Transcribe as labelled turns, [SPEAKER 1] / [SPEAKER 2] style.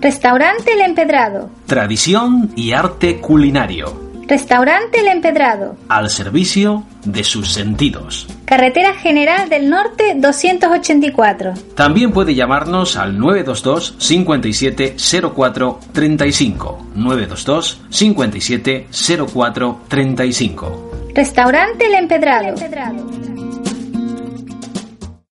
[SPEAKER 1] Restaurante El Empedrado.
[SPEAKER 2] Tradición y arte culinario.
[SPEAKER 1] Restaurante El Empedrado.
[SPEAKER 2] Al servicio de sus sentidos.
[SPEAKER 1] Carretera General del Norte 284.
[SPEAKER 2] También puede llamarnos al 922 57 04 35. 922 57 04 35.
[SPEAKER 1] Restaurante El Empedrado.